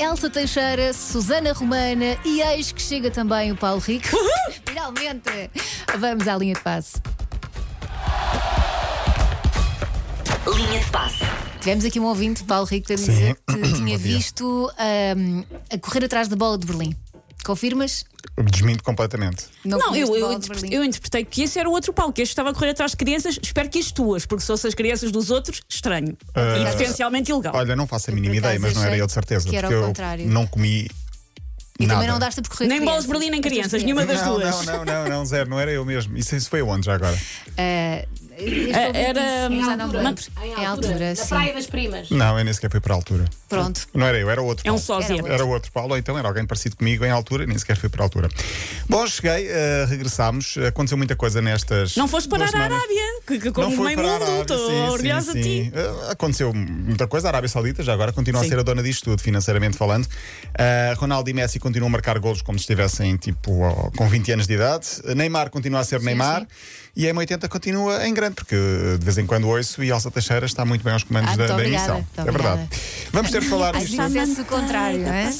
Elsa Teixeira, Susana Romana e eis que chega também o Paulo Rico. Finalmente! Vamos à linha de passe. Linha de passe. Tivemos aqui um ouvinte, Paulo Rico, a dizer que tinha visto ahm, a correr atrás da bola de Berlim. Confirmas? Desminto completamente. conheces eu, eu, bola de interpre- Berlim. eu interpretei que esse era o outro palco, que este estava a correr atrás de crianças, espero que as tuas, porque se fossem as crianças dos outros, estranho. e potencialmente Oh, ilegal. É. Olha, não faço a mínima por acaso ideia, mas não era achei eu de certeza. que era porque ao eu contrário. não comi. E nada. também não daste a percorrer Nem crianças. bolas de Berlim, nem Estas crianças, nenhuma das não, duas. não, não, não, não, zero, não era eu mesmo. Isso, isso foi onde já agora? Ah, este Ah, ouvinte era, disse, hum, já não me lembro. uma- Em altura, Na sim. Praia das Primas. Não, eu nem sequer fui para a altura. Pronto. Não era eu, era outro. É um Paulo. sósia. Era Era outro Paulo, ou então era alguém parecido comigo em altura, nem sequer fui para a altura. Bom, cheguei, eh, regressámos. Aconteceu muita coisa nestas. Não foste duas parar à semanas. Arábia, que, que não como foi meio para a mundo, Arábia, sim, estou sim, orgulhosa de sim. ti. Eh, Aconteceu muita coisa. A Arábia Saudita já agora continua a Sim. ser a dona disto tudo, financeiramente falando. Eh, Ronaldo e Messi continuam a marcar golos como se estivessem tipo, ó, com 20 anos de idade. Neymar continua a ser Neymar. sim. E a M80 continua em grande, porque eh, de vez em quando ouço e Elsa Teixeira está muito bem aos comandos Ah, da, muito da obrigada, emissão. muito É verdade. Vamos ter de falar Às disto. tá vezes é-se o contrário, é?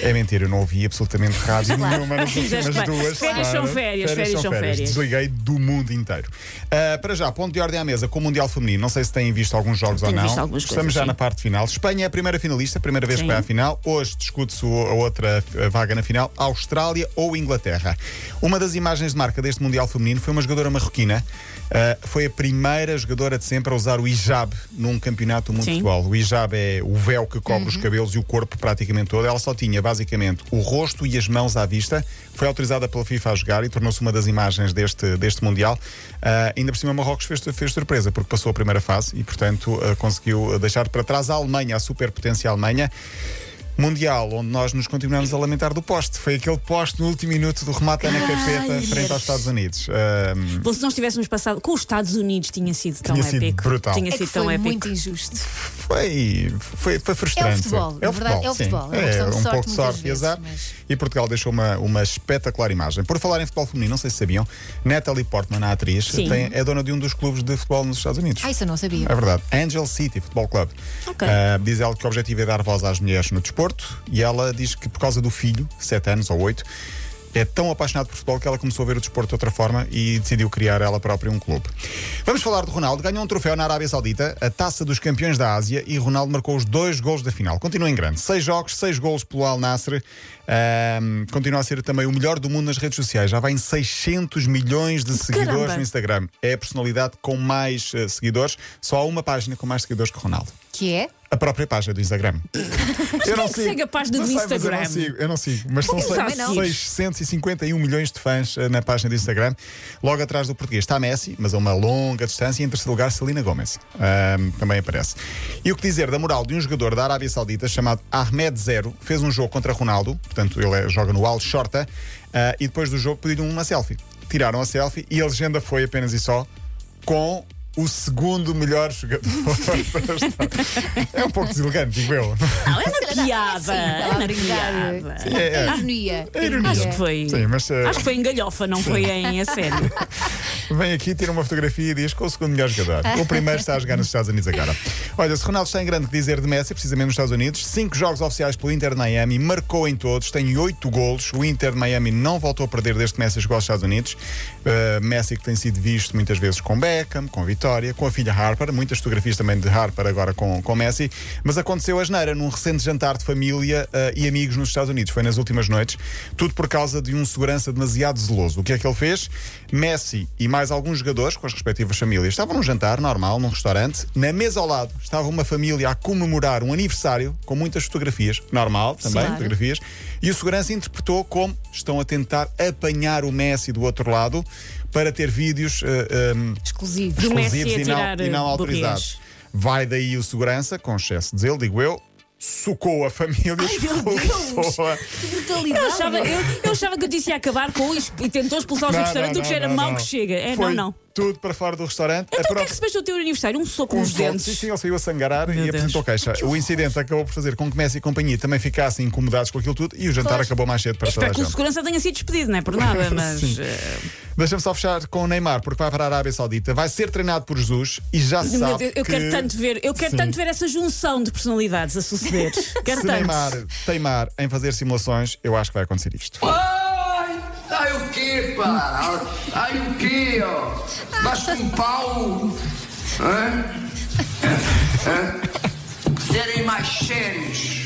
É mentira, eu não ouvi absolutamente rádio Claro. nenhuma nas Fizeste últimas bem. duas. Férias são semanas. férias, férias são férias. Desliguei do mundo inteiro. Ah, para já, ponto de ordem à mesa com o Mundial Feminino. Não sei se têm visto alguns jogos Tenho ou não. visto algumas Estamos coisas, já sim. na parte final. Espanha é a primeira finalista, primeira vez que Sim. vai à final. Hoje discute-se o- a outra eh, vaga na final, Austrália ou Inglaterra. Uma das imagens de marca deste Mundial Feminino foi uma jogadora marroquina. Ah, foi a primeira jogadora de sempre a usar o hijab num campeonato do mundo de Sim. futebol. O hijab é o véu que cobre os cabelos e o corpo praticamente todo. Ela só tinha basicamente o rosto e as mãos à vista. Foi autorizada pela FIFA a jogar e tornou-se uma das imagens deste, deste Mundial. Ah, ainda por cima, Marrocos fez, fez surpresa porque passou a primeira fase e, portanto, ah, conseguiu deixar para trás a Alemanha, a superpotência Alemanha. Mundial, onde nós nos continuamos a lamentar do poste. Foi aquele poste no último minuto do remate na capeta frente aos Estados Unidos. Ah, Bom, se nós tivéssemos passado com os Estados Unidos, tinha sido tão Tinha sido épico. brutal. Tinha É É que sido tão foi épico. muito injusto. Foi, foi, foi frustrante. É o futebol, na verdade, é o sim. futebol. É uma questão de um sorte pouco de muitas sorte e vezes, azar. mas- E Portugal deixou uma, uma espetacular imagem. Por falar em futebol feminino, não sei se sabiam, Natalie Portman, a atriz, Sim. tem- é dona de um dos clubes de futebol nos Estados Unidos. Ah, isso eu não sabia. É verdade. Angel City Futebol Club. Ok. Ah, diz ela que o objetivo é dar voz às mulheres no desporto e ela diz que por causa do filho, 7 anos ou 8, é tão apaixonado por futebol que ela começou a ver o desporto de outra forma e decidiu criar ela própria um clube. Vamos falar de Ronaldo. Ganhou um troféu na Arábia Saudita, a taça dos campeões da Ásia e Ronaldo marcou os dois gols da final. Continua em grande. Seis jogos, seis gols pelo Al Nassr. Ahm, continua a ser também o melhor do mundo nas redes sociais. Já vai em 600 milhões de seguidores Caramba. no Instagram. É a personalidade com mais eh, seguidores. Só há uma página com mais seguidores que o Ronaldo. Que é? A própria página do Instagram. eu quem é que segue a página Não do sei, mas Eu Instagram? não sigo, eu não sigo. Mas são que não seis- sabes? 651 milhões de fãs eh, na página do Instagram. Logo atrás do português está Messi, mas a uma longa distância. E em terceiro lugar, Celina Gomes. Ahm, também aparece. E o que dizer da moral de um jogador da Arábia Saudita chamado Ahmed Zero? Fez um jogo contra Ronaldo, portanto, ele é- joga no Al Shorta. ah, e depois do jogo pediram uma selfie. Tiraram a selfie e a legenda foi apenas e só com. O segundo melhor jogador. é um pouco deselegante, digo eu. Não, é uma piada. É Estava a uma brincar. piada. Sim, É, é. Ironia. É ironia. Acho que foi. Sim, mas, eh, Acho que foi em galhofa, não foi em a sério. Vem aqui, tira uma fotografia e diz que é o segundo melhor jogador. O primeiro está a jogar nos Estados Unidos agora. Olha, se Ronaldo está em grande que dizer de Messi, precisamente nos Estados Unidos, cinco jogos oficiais pelo Inter de Miami, marcou em todos, tem oito golos. O Inter de Miami não voltou a perder desde que Messi jogou aos Estados Unidos. Uh, Messi que tem sido visto muitas vezes com Beckham, com Vitória, com a filha Harper, muitas fotografias também de Harper agora com, com Messi. Mas aconteceu a geneira num recente jantar de família uh, e amigos nos Estados Unidos. Foi nas últimas noites. Tudo por causa de um segurança demasiado zeloso. O que é que ele fez? Messi e mais alguns jogadores com as respectivas famílias estavam num jantar normal, num restaurante. Na mesa ao lado estava uma família a comemorar um aniversário com muitas fotografias. Normal também, Claro. fotografias. E o segurança interpretou como estão a tentar apanhar o Messi do outro lado para ter vídeos. eh, eh, Exclusivo. Do Messi exclusivos a e não, tirar, e não eh, autorizados. burrias. Vai daí o segurança, com excesso de zelo, digo eu, socou a família, expulsou-a. Eu Brutalidade. achava, eu, eu achava que eu disse ia acabar com isso e tentou expulsá-los do Não, um restaurante, não, o que já não, era não, mau não. que chega. É, Foi não, não. Tudo para fora do restaurante. Então o que é própria- que recebeste no teu aniversário? Um soco com nos os dentes. Sim, ele saiu a sangrar Meu e Deus. apresentou queixa. O incidente acabou por fazer com que Messi e companhia também ficassem incomodados com aquilo tudo e o jantar Pois. acabou mais cedo para toda a Espero que o gente. segurança tenha sido despedido, não é por nada, mas. Sim. eh, Deixa-me só fechar com o Neymar, porque vai para a Arábia Saudita, vai ser treinado por Jesus e já se Meu sabe. Deus, eu que quero tanto ver, eu quero Sim. tanto ver essa junção de personalidades a suceder. quero Se tanto. Neymar teimar em fazer simulações, eu acho que vai acontecer isto. Ai, ai o que, pá? Ai o que, ó? Basta um pau. Hã? Hã? Serem mais sérios.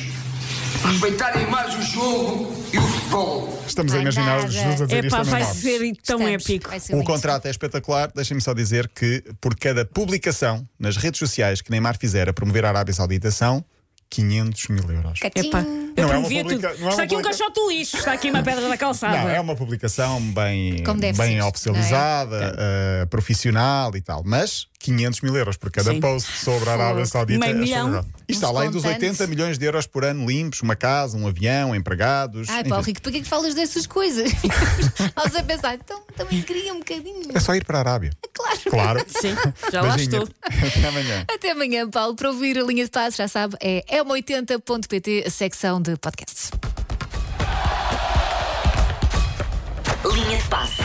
Respeitarem mais o jogo e o futebol. Estamos a Ai, imaginar nada. Jesus a dizer é Epá, isto é vai ao Neymar. ser tão Estamos. épico. Vai ser O lindo. contrato é espetacular. Deixem-me só dizer que por cada publicação nas redes sociais que Neymar fizer a promover a Arábia Saudita são 500 mil euros. Catinho. Epá, eu Não é uma promovia tudo. publica- não é uma está aqui um publica- caixote do lixo, está aqui uma pedra da calçada. Não, é uma publicação bem, Como deve bem ser, oficializada, eh, profissional e tal, mas 500 mil euros por cada é? Sim. post sobre a Arábia Saudita. Meio é milhão. surreal. E está Uns além dos contantes. 80 milhões de euros por ano limpos, uma casa, um avião, empregados. Ai, enfim. Paulo Rico, porquê que falas dessas coisas? Nós a pensar, então também queria um bocadinho. é só ir para a Arábia. Claro. Claro. Sim, já lá Beijinho. estou. Até amanhã. Até amanhã, Paulo. Para ouvir a linha de passo, já sabe, é m80.pt, a secção de podcasts. Linha de passe.